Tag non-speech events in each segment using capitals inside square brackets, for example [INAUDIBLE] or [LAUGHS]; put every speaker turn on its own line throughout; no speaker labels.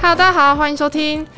Hello，大家好，欢迎收听《，
，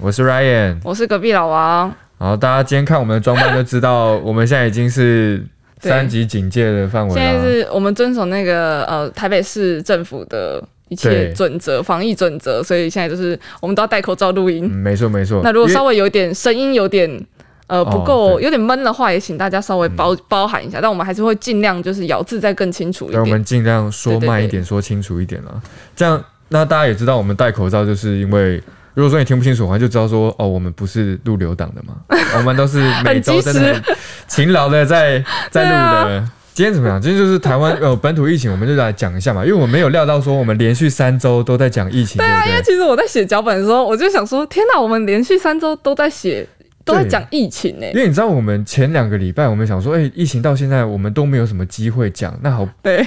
我是 Ryan。
我是隔壁老王。
然后大家今天看我们的装扮就知道，我们现在已经是
对
三级警戒的范围
现在
了。
是我们遵守那个呃台北市政府的一切
对
准则、防疫准则，所以现在就是我们都要戴口罩录音。
嗯，没错没错。
那如果
因为
稍微有点声音有点呃不够、
对
有点闷的话，也请大家稍微包、
嗯
包含一下，但我们还是会尽量就是咬字再更清楚一
对，我
点。
们尽量说慢一点，说清楚一点啦。这样，那大家也知道，我们戴口罩就是因为，如果说你听不清楚的话，就知道说哦，我们不是录留档
[LAUGHS]
的嘛，我们都是每周真的
很
很勤劳的在在录
啊
的。今天怎么样？今天就是台湾呃本土疫情，我们就来讲一下嘛，因为我没有料到说我们连续三周都在讲疫情，对
因为
不对？
其实我在写脚本的时候，我就想说，天哪，我们连续三周都在写，都在
对
讲疫情欸呢、
因为你知道，我们前两个礼拜我们想说，哎、疫情到现在我们都没有什么机会讲，那好
对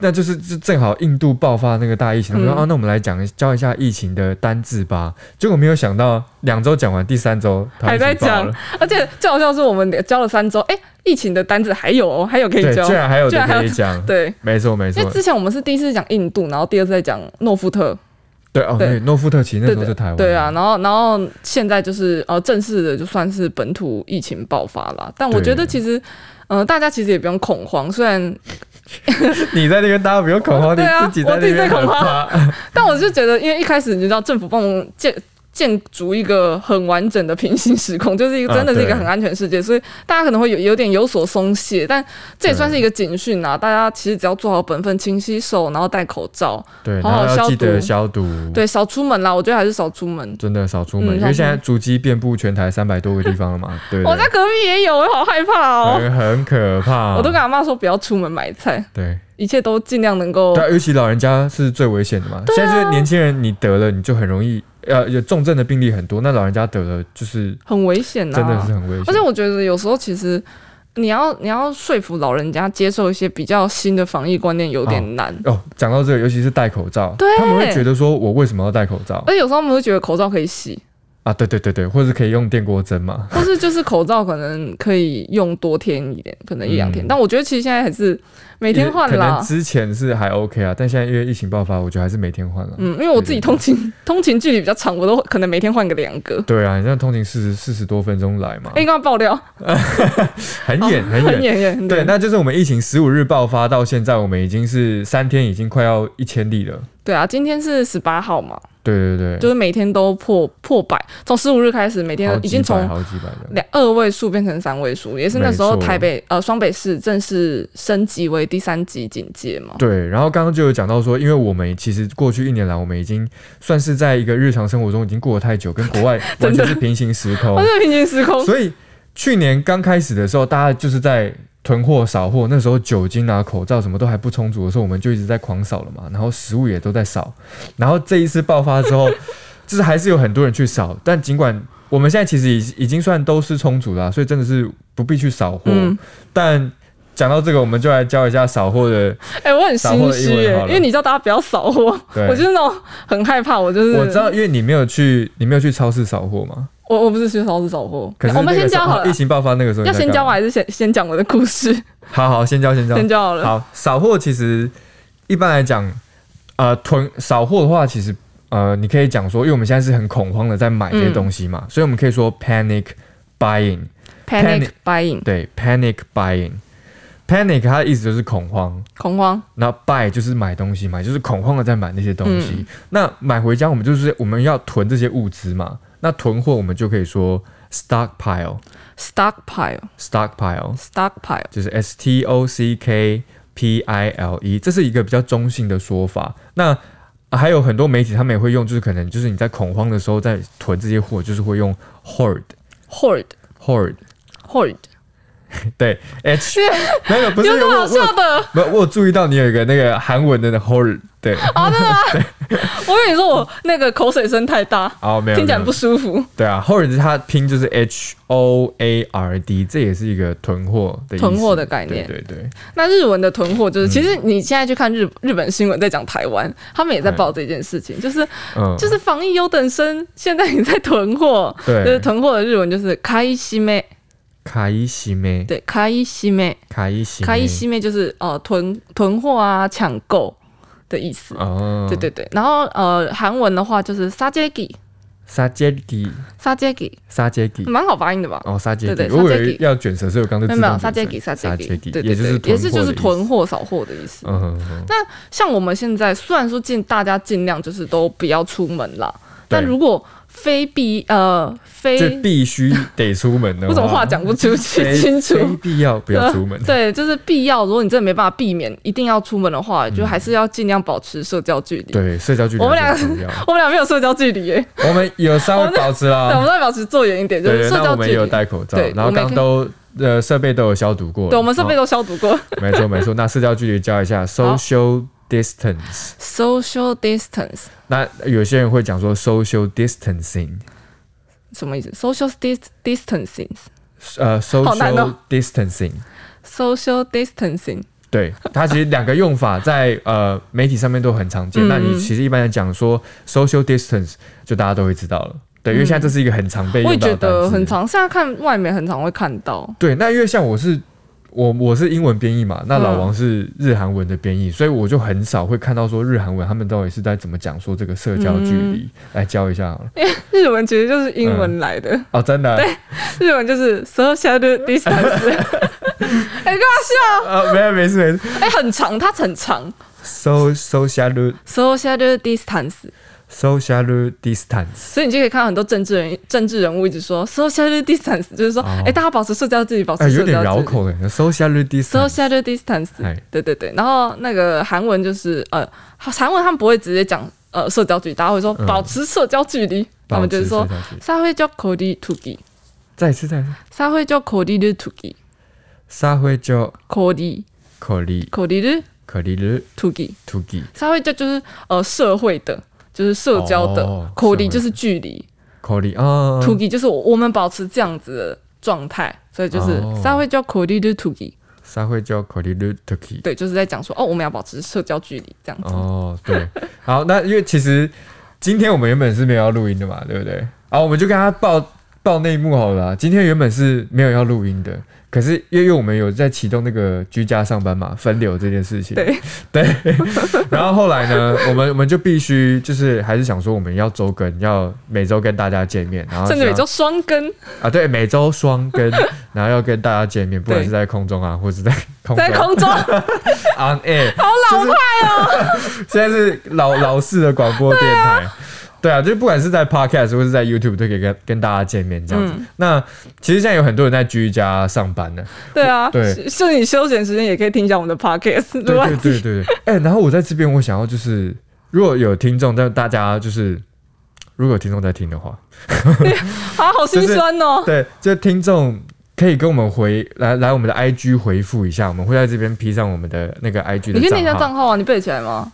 那就是就正好印度爆发那个大疫情，他们说、
嗯
啊，那我们来讲一教一下疫情的单字吧。结果没有想到两周讲完，第三周它
还在
已经爆了，
而且最好笑的是，我们教了三周，哎、疫情的单子还有哦，还有可以
对，
教
居。然还有
居然
的
还有
可以讲，
对，
没错没
因为
错，
之前我们是第一次讲印度，然后第二次在讲诺富特，
对哦，
对
对，诺富特奇那
对
时候是
的
台湾，，
对啊，，然后然后现在就是呃正式的就算是呃本土疫情爆发啦，但我
对
觉得其实呃大家其实也不用恐慌，虽然
你在那边大家不用恐慌，你
对啊
自己在那
我
边
自己在
很
恐 [LAUGHS]
怕，
但我就觉得，因为一开始你知道政府帮我们建建筑一个很完整的平行时空，就是一个
啊
真的是一个
对
很安全世界，所以大家可能会有有点有所松懈，但这也算是一个警讯啊。大家其实只要做好本分，勤洗手，然后戴口罩，
对，
好
然
好
后要记得
消
消毒，，
对，少出门啦。我觉得还是少出门。
真的少出门，
嗯
因为现
少
在
出
足迹遍布全台三百多个地方了嘛，对不
我在
对，
隔壁也有，我好害怕哦。
很很可怕，
我都跟阿妈说不要出门买菜，
对。
一切都尽量能够
对、啊，尤其老人家是最危险的
啊
嘛。现在就是年轻人，你得了你就很容易，呃，有重症的病例很多。那老人家得了就是
很危险呐、
真的是很危险。
而且我觉得有时候其实你要你要说服老人家接受一些比较新的防疫观念有点难，
哦，讲到这个，尤其是戴口罩，
对
他们会觉得说我为什么要戴口罩
而且有时候我们会觉得口罩可以洗，
啊？对对对对，或者是可以用电锅蒸嘛。
或是就是口罩可能可以用多天一点，可能一两天。
嗯
但我觉得其实现在还是每天换
可能
啦。
之前是还 OK 啊，但现在因为疫情爆发，我觉得还是每天换了。
嗯，因为我自己通勤通勤距离比较长，我都可能每天换个两个。
对啊，你像通勤四十四十多分钟来嘛，
哎、刚刚爆料，
很远、很
很
远。
远远。
对，那就是我们疫情十五日爆发到现在，我们已经是三天，已经快要一千例了。
对啊，今天是十八号嘛，
对对
就
对，
是每天都破破百，从十五日开始，每
好
天
几
已经从
百好几百的。
两二位数变成三位数，也是那时候
没错
台北呃双北市正式升级为第三级警戒嘛。 [LAUGHS]
对，然后刚刚就有讲到说，因为我们其实过去一年来，我们已经算是在一个日常生活中已经过得太久，跟国外
[LAUGHS] 真
完
的
全是平行时
我
空。
是平行时空，
所以去年刚开始的时候，大家就是在囤货少货，那时候酒精啊、口罩什么都还不充足的时候，我们就一直在狂扫了嘛，然后食物也都在扫。然后这一次爆发之后， [LAUGHS] 就是还是有很多人去扫，但尽管我们现在其实已已经算都是充足了啊、所以真的是不必去扫货。
嗯，
但讲到这个，我们就来教一下扫货的。
[LAUGHS] 哎、我很心虚
扫货的英文
耶
好，了
因为你叫大家不要扫货，
对
我就是那种很害怕，我就是
我知道，因为你没有去，你没有去超市扫货嘛。
我我不是去超市扫货
可，是
我们
那
先
个时
教
候哦
好了
疫，情爆发那个时候你
要
在
先
干
教吗？
嘛
还是先先讲我的故事？
好好，先教，先教。
先教好 [LAUGHS] 了。
好，扫货其实一般来讲，呃，囤扫货的话，其实呃，你可以讲说，因为我们现在是很恐慌的在买这些东西嘛，所以我们可以说 panic buying，
Panic buying，
对，panic buying。panic 它的意思就是恐慌，
恐慌，
那 buy 就是买东西嘛，就是恐慌的在买那些东西。
嗯
那买回家我们就是我们要囤这些物资嘛，那囤货我们就可以说 stockpile。
stockpile，stockpile，
stockpile，就是 S T O C K P I L E，这是一个比较中性的说法。那、啊还有很多媒体他们也会用，就是可能就是你在恐慌的时候在囤这些货，就是会用 hoard
hoard，hoard，
hoard，对
[LAUGHS]
H 那个不是
有什么
我
好
我
笑的？
没有我有注意到你有一个那个韩文的那 hoard，对，
[LAUGHS] 我跟你说，我那个口水声太大，
哦没有，
听起来
没有
不舒服。
对啊，hoard 它拼就是 H O A R D，这也是一个囤货的意思
囤货的概念
对对对，
那日文的囤货就是，
嗯
其实你现在去看日日本新闻，在讲台湾，他们也在报这件事情，就是
嗯，
就是防疫优等生，现在你在囤货，
对
就是囤货的日文就是开西妹，
卡伊西梅，
对，开西妹，
卡伊西梅，
开西妹就是呃囤囤货啊，抢购的意思。
哦，
对对对，然后呃，韩文的话就是사재기，
沙杰吉，
사재기，
沙杰吉，
蛮好发音的吧？
哦，沙杰吉
嗯对，对
我以
沙
为
杰吉
要卷舌，所以我刚刚
没
就
有
自
没
动
有，
卷
사재
舌
기，사재
沙杰吉
기，对对
也就是
对，也是就是
囤
囤
货
货扫货的意思。
的意思。嗯嗯嗯，
那像我们现在虽然说尽大家尽量就是都不要出门啦，但
对
如果非必呃非
就必须得出门
[LAUGHS]
的。
我怎么话讲不出去
[LAUGHS] 非
清 [LAUGHS] 楚？
非必要不要出门
呃。对，就是必要。如果你真的没办法避免，一定要出门的话，就还是要尽量保持社交距离。
嗯对，社交距离
我们
还
俩
是很重要。
我们俩没有社交距离耶、
我们有稍微保持
[LAUGHS] 对，我们
啦，
都要保持坐远一点，就
啊对
是
对，
社
那
交
我们
距
也有
离。
戴口罩
对，
然
我
后
们也
刚刚都呃设备都有消毒过，啊
对，我们设备
都
都消毒过。
没
[LAUGHS]
错没错。那社交距离教一下 social distance，
Social distance
那有些人会讲说 social distancing，
什么意思？Social dis distancing
呃
好难
social
哦
distancing，
social distancing
对，它其实两个用法在呃媒体上面都很常见。
嗯
那你其实一般来讲说 social distance，就大家都会知道了。对，因为现在这是一个很常被
嗯我
用
也
到
觉
的单
得
字
很常，现在看外媒很常会看到。
对，那因为像我是我我是英文编译嘛，
嗯
那老王是日韩文的编译，所以我就很少会看到说日韩文他们到底是在怎么讲说这个社交距离。
嗯
来教一下好了。
哎日文其实就是英文来的，
哦，真的？对，
日文就是 social
[LAUGHS]
distance。哎、干嘛笑？
呃，没有，没事，没事。
哎、很长，它很长。
So social
social distance，
social distance，
所以你就可以看到很多政治人政治人物一直说 social distance，就是说，哎、大家保持社交距离，保持
哦哎，有
社
点
交
绕
距离。
口哎。social distance，
social distance，
哎
对对对。然后那个韩文就是呃，韩文他们不会直接讲呃社交距离，大家会说
嗯
保持社交距离，他们就是说
保持社交距离
社会叫口离 to g
再一次，再一次。
社会叫口离 to g
社会叫
口离
可里
口离
可里日
to g
土吉
社会叫就是呃社会的。就是社交
哦
的，口离
社会
就是距离，
可里啊，
土吉就是我我们保持这样子的状态，所以就是
哦
稍微叫口力的土吉，
社会叫可里日土吉
对，就是在讲说哦，我们要保持社交距离这样子。
哦，对，好，那因为其实今天我们原本是没有要录音的嘛，对不对？好，我们就跟他报报内幕好了啦。今天原本是没有要录音的，可是因为因为我们有在启动那个居家上班嘛，分流这件事情，
对
对。然后后来呢，我们我们就必须就是还是想说我们要周更，要每周跟大家见面，然后
甚至
希
也
望
叫双更，
啊，对，每周双 [LAUGHS] 更，然后要跟大家见面，不管是在空中啊，或是在空
在
中
空中
[LAUGHS] on air，好 [LAUGHS] 老派哦、现在是 [LAUGHS] 老老式的广播电台。对啊，就不管是在 Podcast 或是在 YouTube 都可以跟跟大家见面这样子。那其实现在有很多人在居家上班呢。
对啊，
对
是是你休闲时间也可以听一下我们的 podcast，
对
对吧
对？对对对。哎、然后我在这边，我想要就是，如果有听众，但大家就是，如果有听众在听的话，
啊，好心酸 [LAUGHS] 哦。
对，这听众可以跟我们回来来我们的 IG 回复一下，我们会在这边披上我们的那个 IG
你可以念一
的
下
账号。
账号啊，你背起来吗？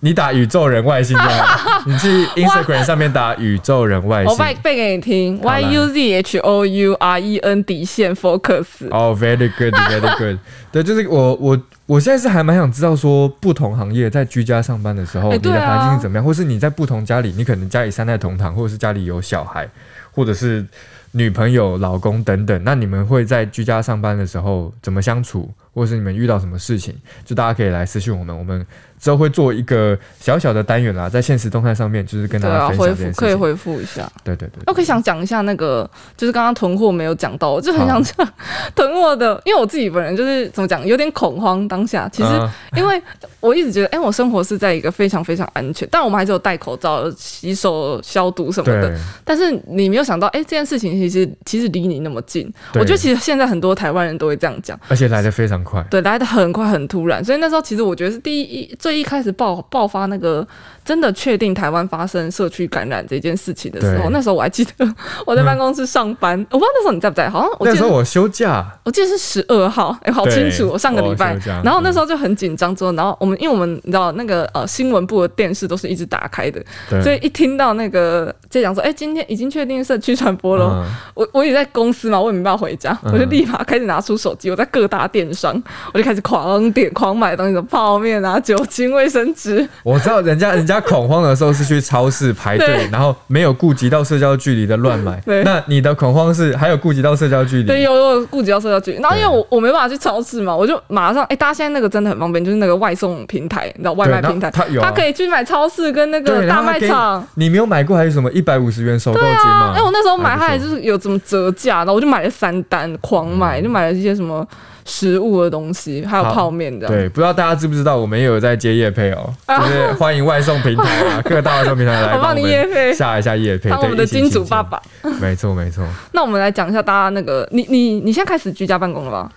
你打宇宙人
[LAUGHS]
外星就好，你去 Instagram 上面打宇宙人外
我背
星。
背给你听
好来
，y u z h o u r e n 底线 focus，
哦、v e r y good，very good。对， [LAUGHS] 就是我我我现在是还蛮想知道说，不同行业在居家上班的时候，
哎
你的
对啊
环境是怎么样，或是你在不同家里，你可能家里三代同堂，或者是家里有小孩，或者是女朋友、老公等等，那你们会在居家上班的时候怎么相处，或者是你们遇到什么事情，就大家可以来私信我们，我们之后会做一个小小的单元啦，在现实动态上面就是跟大
对
家
啊，
分享
回
这
复
件事情。
可以回复一下。
对对对。
我可以想讲一下那个，就是刚刚囤货没有讲到，我就很
好
想讲囤货的，因为我自己本人就是怎么讲，有点恐慌当下。其实
嗯
因为我一直觉得，哎、我生活是在一个非常非常安全，但我们还是有戴口罩、洗手、消毒什么的
对。
但是你没有想到，哎、这件事情其实其实离你那么近。我
对
觉得其实现在很多台湾人都会这样讲。
而且来的非常快。
对，来的很快很突然，所以那时候其实我觉得是第一最一开始爆爆发那个真的确定台湾发生社区感染这件事情的时候
对，
那时候我还记
[LAUGHS]
得我在办公室上班，我不知道那时候你在不在，好像我
那
记
时
得
候我休假，
我记得是十二号，哎、好
对哦
清楚，我上个礼
我
拜
有这样，嗯
然后那时候就很紧张，之后然后我们因为我们你知道那个呃新闻部的电视都是一直打开的，
对，
所以一听到那个在讲说，哎、今天已经确定社区传播了，
嗯
我我也在公司嘛，我也没办法回家，
嗯
我就立马开始拿出手机，我在各大电商，我就开始狂点狂买东西，什么泡面啊、酒精、卫生纸，
我知道人家人家恐慌的时候是去超市排队
对，
然后没有顾及到社交距离的乱买。
[LAUGHS] 对
那你的恐慌是还有顾及到社交距
对，
离，
有有顾及到社交距离。然后因为
对
我我没办法去超市嘛，我就马上哎、大家现在那个真的很方便，就是那个外送平台，你知道外卖
对
平台，
然后它有啊
可以去买超市跟那
对
个
然
大
后它
卖
给
场。啊哎
你啊没有买过还有什么一百五十元首购啊金吗？
因为我那时候买，它
还
也
不
就
错
是有怎么折价，然后我就买了三单，狂买，就买了一些什么食物的东西，还有
嗯好
泡面这样。
对，不知道大家知不知道，我们也有在接夜配哦，就是欢迎外送平台啊，各大外送平台来
啊 [LAUGHS] 我帮
帮
你
我
业配
们下一下夜配，
当我
对，
们的
一起
金主
进
爸爸，
行，没错没错。
那我们来讲一下大家那个，你你你现在开始居家办公了吧？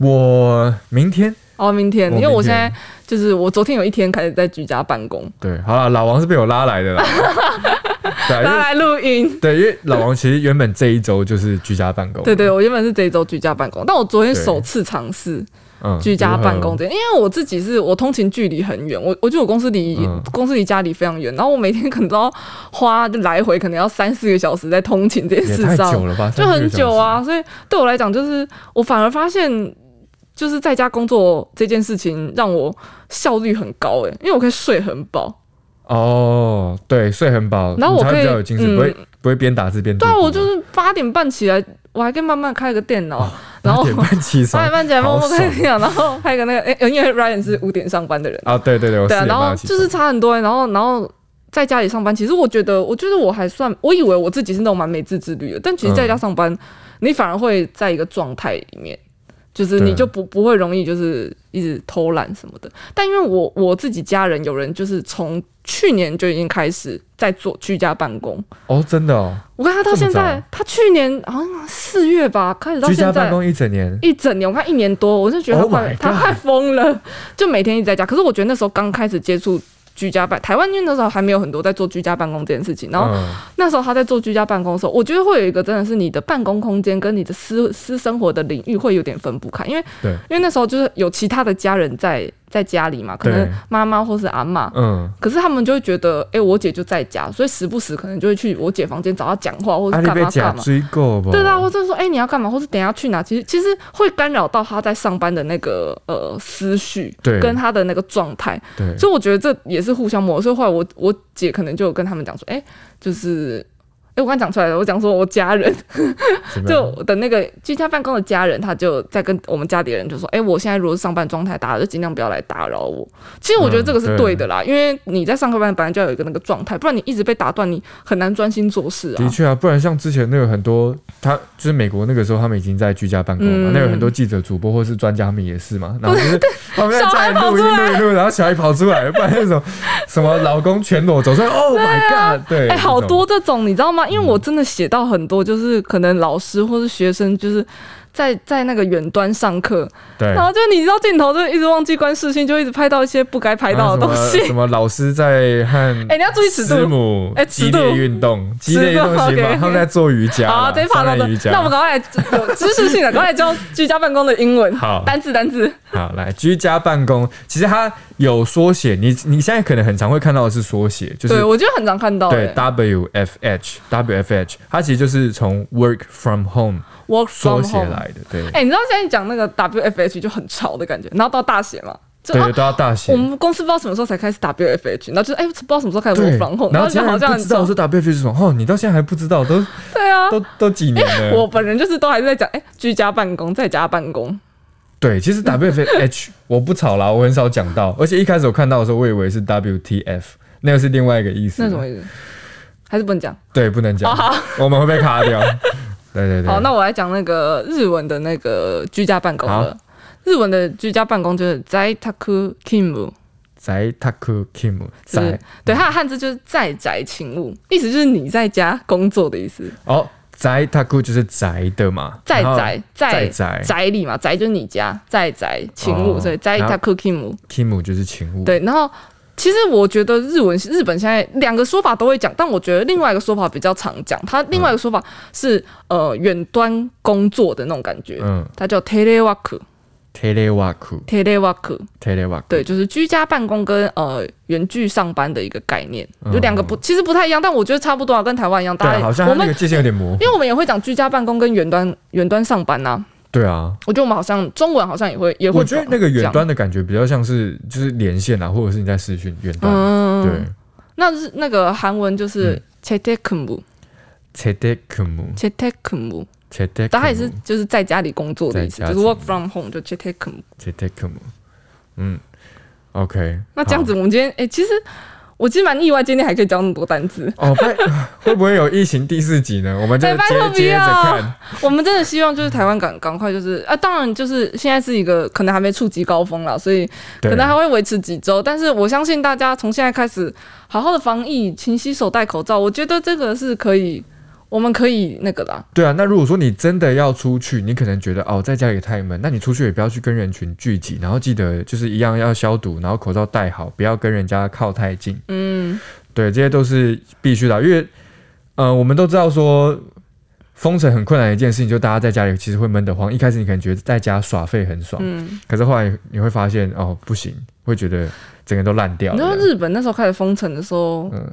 我明天
哦，明天，
我
因为我
明
现
天
在就是我昨天有一天开始在居家办公，
对，好了，老王是被我拉来
[LAUGHS]
的啦，对啊，
大
因
家
为
来录音。
对，因为老王其实原本这一周就是居家办公，
对对，我原本是这一周居家办公，但我昨天
对
首次尝试
嗯，
居家
如何
办公，这，因为我自己是我通勤距离很远，我我觉得我公司离、
嗯
公司离家里非常远，然后我每天可能都要花就来回可能要三四个小时在通勤这件
也
事
太
上，
久了
[LAUGHS]
吧，
就
30
很
个小时
久，啊，所以对我来讲，就是我反而发现，就是在家工作这件事情让我效率很高欸诶、因为我可以睡很饱。
哦，对，睡很饱，
然后
你
我
才会
可以
比较有精神，
嗯
不会不会边打字边
对啊，
读
我
嘛
就是八点半起来，我还可以慢慢开个电脑，然
[LAUGHS] 八
后
点半起
八
床
点半起来默默
好
开
爽
电脑，然后拍个那个，诶因为 Ryan 是五点上班的人，
啊，对对对，我
对
四
啊，
点
然后
半起
就是
床
差很多、欸然后然后在家里上班，其实我觉得，我觉得我还算，我以为我自己是那种蛮没自制律的，但其实在家
嗯
上班，你反而会在一个状态里面，就是
对
你就不不会容易就是一直偷懒什么的。但因为我我自己家人有人就是从去年就已经开始在做居家办公，
哦，真的哦，
我看他到
这么
现在
早，
他去年好像四月吧开始到
居
现
家
在
办。公一整年，
一整年，我看一年多，我就觉得他
Oh
快、
my
他
God
快疯了，就每天一直在家。可是我觉得那时候刚开始接触居家办，台湾因为那时候还没有很多在做居家办公这件事情。然后
嗯
那时候他在做居家办公的时候，我觉得会有一个真的是你的办公空间跟你的私私生活的领域会有点分不开，因为
对
因为那时候就是有其他的家人在在家里嘛，可能
对
妈妈或是阿嬷。
嗯，
可是他们就会觉得，哎、我姐就在家，所以时不时可能就会去我姐房间找她讲话，或
阿
者干
丽啊被
嘛
假
干嘛。
追够吧？
对啊，或者说，哎、你要干嘛？或是等一下去哪？其实其实会干扰到他在上班的那个呃思绪，
对
跟他的那个状态。
对，
所以我觉得这也是互相磨合。所以后来我我姐可能就有跟他们讲说，哎、就是。哎、我刚讲出来了，我讲说我家人
怎么样
就我的那个居家办公的家人，他就在跟我们家里人就说，哎、我现在如果是上班状态，大家就尽量不要来打扰我。其实我觉得这个
嗯
是
对
对的啦，因为你在上课班本来就要有一个那个状态，不然你一直被打断，你很难专心做事啊
的。确啊，不然像之前那个很多，他就是美国那个时候，他们已经在居家办公了嘛，
嗯
那有很多记者、主播或是专家，他们也是嘛，
[LAUGHS]
然后就是他们在
小
家
孩
里录音录一录，然后小孩跑出来，不然那种什么老公全裸走出来，Oh my God，
[LAUGHS]
对，
哎、好
这种嗯
多，这种你知道吗？因为我真的写到很多，就是可能老师或是学生，就是在在那个远端上课，
对
然，后就你知道镜头就一直忘记关视讯，就一直拍到一些不该拍
然
到
后
的
什
东
么
西。
什么老师
[LAUGHS]
在
哎、
和
你要注意尺
师
度。
母
哎
激
尺度
烈
[LAUGHS]
运动，激烈运动
尺
行
度
吗？
，OK，
他们在做瑜伽
好
啦，
啊，这一趴
商
到
业
这
瑜伽，
那我们赶快来有知识性的，赶快来教居家办公的英文。
好
单字单字。
好，来居家办公，其实它有缩写，你你现在可能很常会看到的是缩写，就是
对，我觉得很常看到、
对
欸。
WFH WFH，它其实就是从 work from home
，work
缩
from
写
home。
来的，对，
哎、你知道现在讲那个 WFH 就很潮的感觉，然后到大写嘛，就
对
啊
对，都要大写
我。们公司不知道什么时候才开始 WFH，然后就是哎、不知道什么时候开始
对
work from home，，
然后
后就
家
好
人
像
不
很
知道
重
说 WFH 是什么，哦，你到现在还不知道，都 [LAUGHS]
对啊，
都都几
[LAUGHS]
年
我
了。
本人就是都还是在讲哎、居家办公，在家办公，
对，其实 WFH 我不吵啦，我很少讲到，而且一开始我看到的时候，我以为是 WTF，那个是另外一个意思
那。什么意思？还是不能讲。
对，不能讲，我们会被卡
[LAUGHS]
掉。对对对。
好，那我来讲那个日文的那个居家办公
好
了。日文的居家办公就是在宅勤務，
宅 taku kim
是不是
宅？
对，它的汉字就是在宅勤务，意思就是你在家工作的意思。
哦，宅 taku 就是宅的嘛，
在
然后
宅在
在宅
宅里嘛，宅就是你家，在宅勤
哦
务，所以在
然后
宅勤務。
Kim 就是勤务，
对，然后其实我觉得日文日本现在两个说法都会讲，但我觉得另外一个说法比较常讲。它另外一个说法是、呃远端工作的那种感觉，
嗯
它叫 telework。
telework
telework，
telework，
对，，就是居家办公跟呃远距上班的一个概念，
嗯
有两个不其实不太一样，但我觉得差不多啊，跟台湾一样，大
对，
家
好像
我
它
们
那个界限有点模糊
因。为我们也会讲居家办公跟远端远端上班呐、
对啊，
我觉得我们好像中文好像也会也会
我
讲，
觉得那个
这
远
样
端的感觉比较像是就是连线啊，或者是你在视讯远端。
嗯，
对，
那是那个韩文就是
嗯
chetekumbu
t e d e k m u
chetekumbu，
t e d e k
但它也是就是在家里工作的意思，
在家
就是 work from home 就 chetekumbu。
t e d e k m u 嗯，OK。
那这样子，
好
我们今天哎、其实我其实蛮意外，今天还可以教那么多单词。
[LAUGHS] 哦，会会不会有疫情第四集呢？我们就
哎拜托
接接着
不要
看。
我们真的希望就是台湾赶赶快就是啊，当然就是现在是一个可能还没触及高峰啦，所以
对
可能还会维持几周。但是我相信大家从现在开始好好的防疫，勤洗手、戴口罩，我觉得这个是可以，我们可以那个啦。
对啊，那如果说你真的要出去，你可能觉得哦，在家里太闷，那你出去也不要去跟人群聚集，然后记得就是一样要消毒，然后口罩戴好，不要跟人家靠太近。
嗯，
对，这些都是必须的啊，因为呃，我们都知道说封城很困难的一件事情，就大家在家里其实会闷得慌。一开始你可能觉得在家耍废很爽，
嗯
可是后来你会发现哦，不行，会觉得整个都烂掉
你知道
了。
日本那时候开始封城的时候，
嗯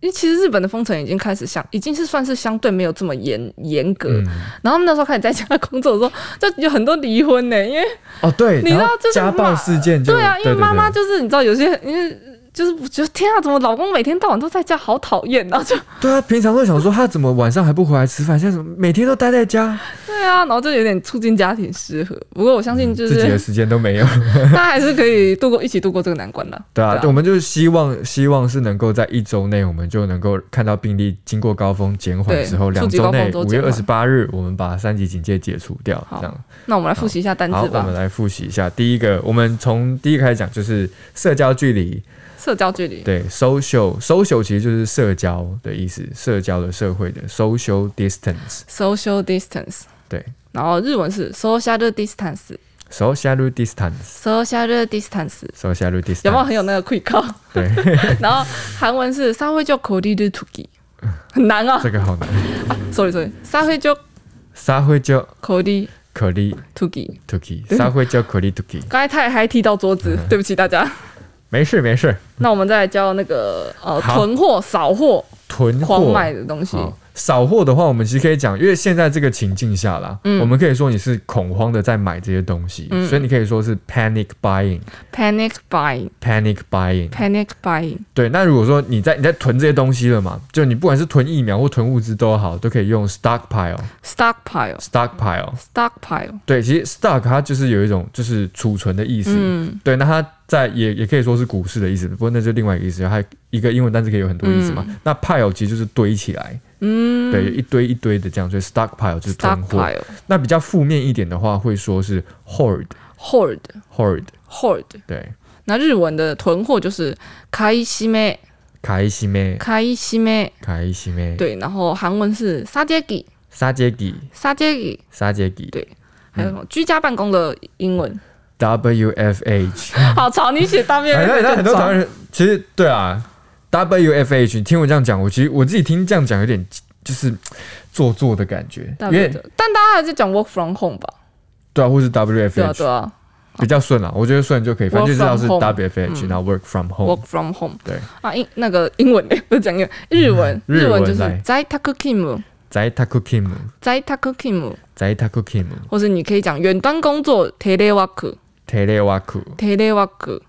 因为其实日本的封城已经开始相，已经是算是相对没有这么严严格。
嗯，
然后他们那时候开始在家工作的时候， [LAUGHS] 就有很多离婚呢、因为
哦对，
你知
然后
道就是
家暴
骂
事件就
对啊，因为妈妈
对
就是你知道有些因为。就是我觉得天啊，怎么老公每天到晚都在家，好讨厌！然后就 [LAUGHS]
对啊，平常都想说他怎么晚上还不回来吃饭，现在怎么每天都待在家，
对啊，然后就有点促进家庭失和。不过我相信，就
嗯自己
是
的时间都没有。
[LAUGHS] 大家还是可以度过一起度过这个难关的。
对啊，
对啊
我们就是希望，希望是能够在一周内，我们就能够看到病例经过高峰减缓
对
之后，
触
两
及
周
高峰
内
之后
五月二
减
十
缓
八日，我们把三级警戒解除掉。
好
这样，
那我们来复习一下单
好，
字
我
吧
们。来复习一下。第一个，我们从第一个开始讲，就是社交距离。
社交距离，
对，social，social 其实就是社交的意思，社交的社会的 social distance。
social distance，
对
然后日文是 social distance，social
，social distance，social
distance，
distance。
有没有很有
[LAUGHS]
那个 quick 哦？
对，
[LAUGHS] 然后韩文是사회적거리를두기，很
[LAUGHS]
难啊。
这个好难。
sorry sorry，사회적
撒会叫
거리
可丽
두기。
tuki，撒会叫可丽 tuki。
刚才太嗨踢到桌子，
嗯
对不起大家。
没事没事，
那我们再来教那个呃
好
囤货、扫货、
囤
狂
货。
买的东西。
好，扫货的话，我们其实可以讲，因为现在这个情境下啦，
嗯
我们可以说你是恐慌的在买这些东西，所以你可以说是 panic buying。
panic buying,
Panic buying，
panic buying。
对。那如果说你在你在囤这些东西了嘛，就你不管是囤疫苗或囤物资都好，都可以用 stockpile。
stockpile,
stockpile，
stockpile。
对，其实 stock 它就是有一种就是储存的意思。
嗯，
对，那它在也也可以说是股市的意思，不过那就另外一个意思，它一个英文单词可以有很多意思嘛。
嗯
那 pile 其实就是堆起来，嗯，对，一堆一堆的这样，所以 stockpile 就是囤货。
stockpile,
那比较负面一点的话，会说是 hoard，hoard，
hoard, hoard。
对，
那日文的囤货就是買い占め、
卡伊西妹，
買い占め。
卡伊西妹，，
对，然后韩文是사재기、
沙杰吉，
사재기。
沙杰吉，
对，还有什么居家办公的英文？ [LAUGHS]
，WFH，
好吵，你写大面
哎那那很多台
爽
湾人其实对啊，WFH，你听我这样讲，我其实我自己听这样讲有点就是做作的感觉，
啊
因为
但大家还是讲 work from home 吧？
对啊，或是
对啊，对
WFH
啊
比较顺啦，我觉得顺就可以，反正就知道是
Work from home
WFH，然后 work from home，
，work from home
对，
啊，英那个英文诶，不是讲英文，日文，
日文
日文就是
来
在 taku kim，
在 taku kim，
在 taku kim，
在 taku kim，telewaku，telewaku，
或者你可以讲远端工作 telework，telework。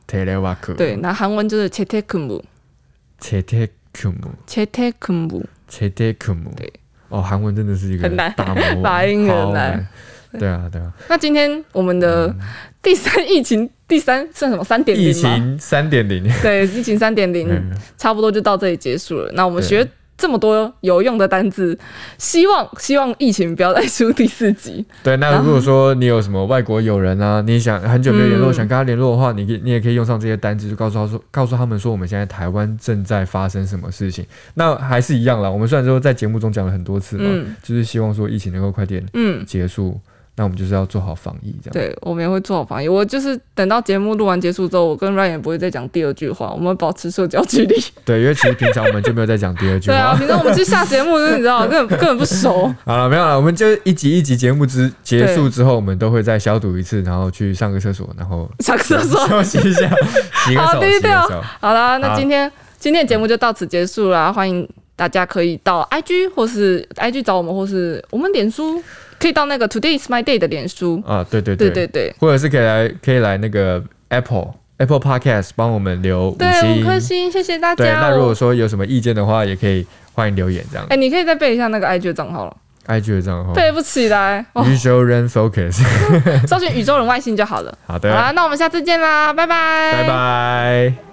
telewaku，
对，那韩文就是채택근무，
，tetekum。
채택근무。
切特克姆。
对，
哦，韩文真的是一个
很难
大魔王，
[LAUGHS] 发音很
好
难。
对啊，对
[LAUGHS]
啊，
那今天我们的第三疫情第三算什么三点
疫
零吗？
情三点零，
对，疫情三点零
嗯
差不多就到这里结束了。那我们
对
学这么多有用的单字，希望希望疫情不要再出第四
[LAUGHS]
集。
[LAUGHS] 对。那如果说你有什么外国友人啊，你想很久没有联络，
嗯
想跟他联络的话，你可以你也可以用上这些单词，就告诉他说，告诉他们说我们现在台湾正在发生什么事情。那还是一样啦，我们虽然说在节目中讲了很多次嘛，
嗯
就是希望说疫情能够快点
嗯，
结束，那我们就是要做好防疫这样。
对我们也会做好防疫。我就是等到节目录完结束之后，我跟 Ryan 也不会再讲第二句话，我们保持社交距离。
对，因为其实平常我们就没有在讲第二句
对啊，
话。
平常我们去下节目，就是你知
[LAUGHS]
道，根本根本不熟。
好了，没有了，我们就一集一集节目之结束之后，我们都会再消毒一次，然后去上个厕所，然后
上厕所。
休息一下，洗个
好
手，
对
洗
对
个
哦
手。
好啦，那
好
今天今天的节目就到此结束啦，欢迎大家可以到 IG 或是 IG 找我们，或是我们脸书可以到那个 Today is my day 的脸书。
啊，对对
对对
对
对，
或者是可以来可以来那个 Apple Apple Podcast 帮我们留五
对五颗星，
星。
谢谢大
对，
家。
那如
我
果说有什么意见的话，也可以欢迎留言这样
哎、。你可以再背一下那个 IG 的账号了，
IG 的账号
背不起来
[LAUGHS]
哦，
Usual Ren Focus。 [LAUGHS]
搜寻宇宙人外星就好了。
好
好
的，
啦，那我们下次见啦，拜拜，
拜拜。